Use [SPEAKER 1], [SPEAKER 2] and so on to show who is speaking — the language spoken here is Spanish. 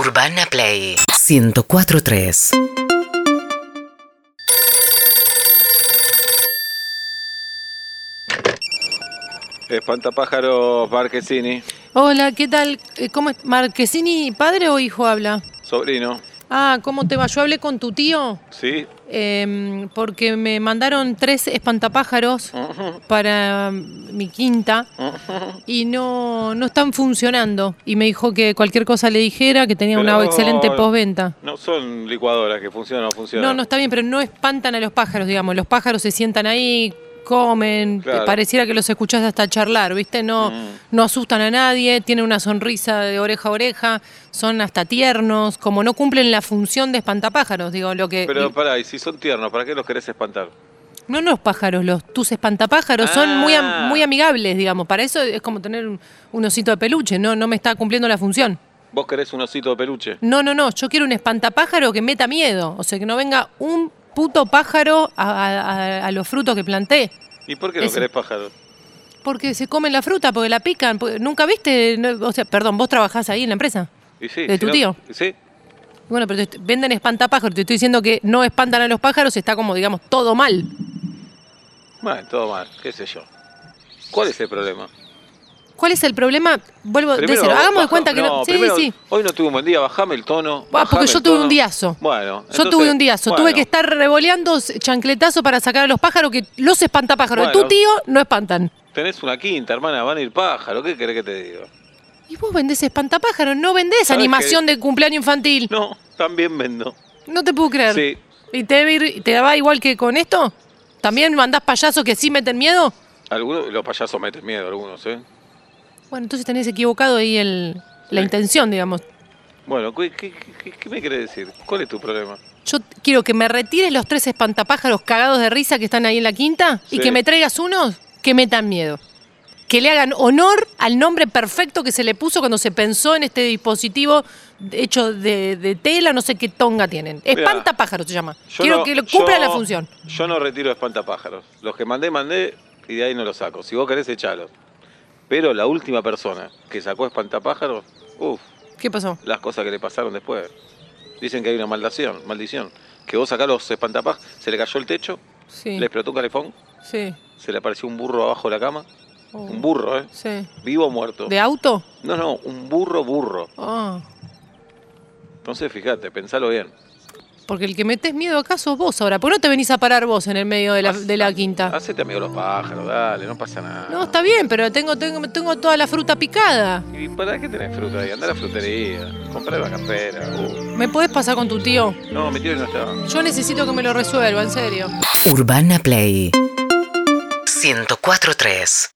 [SPEAKER 1] Urbana Play 1043.
[SPEAKER 2] Espantapájaros Marquesini,
[SPEAKER 3] Hola, ¿qué tal? Eh, ¿Cómo es? ¿Marquesini padre o hijo habla?
[SPEAKER 2] sobrino.
[SPEAKER 3] Ah, ¿cómo te va? Yo hablé con tu tío
[SPEAKER 2] ¿Sí?
[SPEAKER 3] em, porque me mandaron tres espantapájaros para mm, mi quinta y no, no están funcionando. Y me dijo que cualquier cosa le dijera, que tenía una
[SPEAKER 2] Pero-
[SPEAKER 3] excelente postventa.
[SPEAKER 2] No son licuadoras que funcionan o no funcionan.
[SPEAKER 3] No, no está bien, pero no espantan a los pájaros, digamos. Los pájaros se sientan ahí, comen,
[SPEAKER 2] Claro. Mm.
[SPEAKER 3] pareciera que los escuchás hasta charlar, ¿viste? No, no asustan a nadie, tienen una sonrisa de oreja a oreja, son hasta tiernos, como no cumplen la función de espantapájaros, digo, lo que...
[SPEAKER 2] Pero pará, y si son tiernos, ¿para qué los querés espantar?
[SPEAKER 3] no los pájaros, los tus espantapájaros son muy, am-
[SPEAKER 2] Ah.
[SPEAKER 3] muy amigables, digamos. Para eso es como tener un, un osito de peluche, no, no me está cumpliendo la función.
[SPEAKER 2] Vos querés un osito de peluche.
[SPEAKER 3] No, no, no, yo quiero un espantapájaro que meta miedo. O sea, que no venga un puto pájaro a, a- a- a los frutos que planté.
[SPEAKER 2] ¿Y por qué no
[SPEAKER 3] Ese.
[SPEAKER 2] querés pájaros?
[SPEAKER 3] Porque se comen la fruta, porque la pican. porque- Nunca viste, No, o sea, perdón, vos trabajás ahí en la empresa.
[SPEAKER 2] Y sí,
[SPEAKER 3] ¿De
[SPEAKER 2] si
[SPEAKER 3] tu
[SPEAKER 2] no-
[SPEAKER 3] tío?
[SPEAKER 2] Sí.
[SPEAKER 3] Bueno, pero te- venden espantapájaros, te estoy diciendo que no espantan a los pájaros, está como, digamos, todo mal.
[SPEAKER 2] Bueno, todo mal, qué sé yo. ¿Cuál es el problema?
[SPEAKER 3] ¿Cuál es el problema? Vuelvo de
[SPEAKER 2] Primero,
[SPEAKER 3] cero. Hagamos de
[SPEAKER 2] baja-
[SPEAKER 3] cuenta que no. sí,
[SPEAKER 2] primero,
[SPEAKER 3] sí.
[SPEAKER 2] Hoy no tuve un buen día, bajame el tono.
[SPEAKER 3] Ah,
[SPEAKER 2] bajame
[SPEAKER 3] porque yo
[SPEAKER 2] el
[SPEAKER 3] tuve
[SPEAKER 2] tono.
[SPEAKER 3] un diazo.
[SPEAKER 2] Bueno.
[SPEAKER 3] yo tuve un diazo. Tuve que estar revoleando chancletazo para sacar a los pájaros, que los espantapájaros de tu
[SPEAKER 2] Bueno.
[SPEAKER 3] tío no espantan.
[SPEAKER 2] Tenés una quinta, hermana, van a ir pájaros, ¿qué querés que te diga?
[SPEAKER 3] Y vos vendés espantapájaros, no vendés
[SPEAKER 2] ¿Sabés
[SPEAKER 3] animación de cumpleaños infantil. No.
[SPEAKER 2] No, también vendo.
[SPEAKER 3] te puedo creer.
[SPEAKER 2] Sí.
[SPEAKER 3] ¿Y te, debe ir- te va igual que con esto? ¿También mandás payasos que sí meten miedo?
[SPEAKER 2] Algunos, los payasos meten miedo, algunos, ¿eh?
[SPEAKER 3] Bueno, entonces tenés equivocado ahí el, la
[SPEAKER 2] Sí.
[SPEAKER 3] intención, digamos.
[SPEAKER 2] Bueno, ¿qué, qué- qué- qué me querés decir? ¿Cuál es tu problema?
[SPEAKER 3] Yo t- quiero que me retires los tres espantapájaros cagados de risa que están ahí en la quinta y
[SPEAKER 2] Sí.
[SPEAKER 3] que me traigas unos que metan miedo. Que le hagan honor al nombre perfecto que se le puso cuando se pensó en este dispositivo hecho de, de tela, no sé qué tonga tienen. Espantapájaros se llama.
[SPEAKER 2] Yo
[SPEAKER 3] Quiero
[SPEAKER 2] no-
[SPEAKER 3] que lo cumpla
[SPEAKER 2] yo-
[SPEAKER 3] la función.
[SPEAKER 2] Yo no retiro espantapájaros. Los que mandé, mandé y de ahí no los saco. Si vos querés, echalos. Pero la última persona que sacó espantapájaros, uff,
[SPEAKER 3] ¿Qué pasó?
[SPEAKER 2] las cosas que le pasaron después. Dicen que hay una maldición, maldición. Que vos sacás los espantapájaros, se le cayó el techo,
[SPEAKER 3] Sí.
[SPEAKER 2] le explotó un calefón,
[SPEAKER 3] Sí.
[SPEAKER 2] se le apareció un burro abajo de la cama.
[SPEAKER 3] Oh.
[SPEAKER 2] Un burro, ¿eh?
[SPEAKER 3] Sí.
[SPEAKER 2] Vivo o muerto.
[SPEAKER 3] ¿De auto?
[SPEAKER 2] No, no, un burro, burro.
[SPEAKER 3] Ah.
[SPEAKER 2] Entonces, fíjate, pensalo bien.
[SPEAKER 3] Porque el que metes miedo acá sos vos ahora. ¿Por qué no te venís a parar vos en el medio de la, de la quinta?
[SPEAKER 2] Hacete amigo de los pájaros, dale, no pasa nada.
[SPEAKER 3] No, está bien, pero tengo, tengo, tengo toda la fruta picada.
[SPEAKER 2] ¿Y para qué tenés fruta ahí? Andá a la frutería, comprá la campera. uh.
[SPEAKER 3] ¿Me podés pasar con tu tío?
[SPEAKER 2] No, mi tío no está.
[SPEAKER 3] Yo necesito que me lo resuelva, en serio.
[SPEAKER 1] Urbana Play 1043.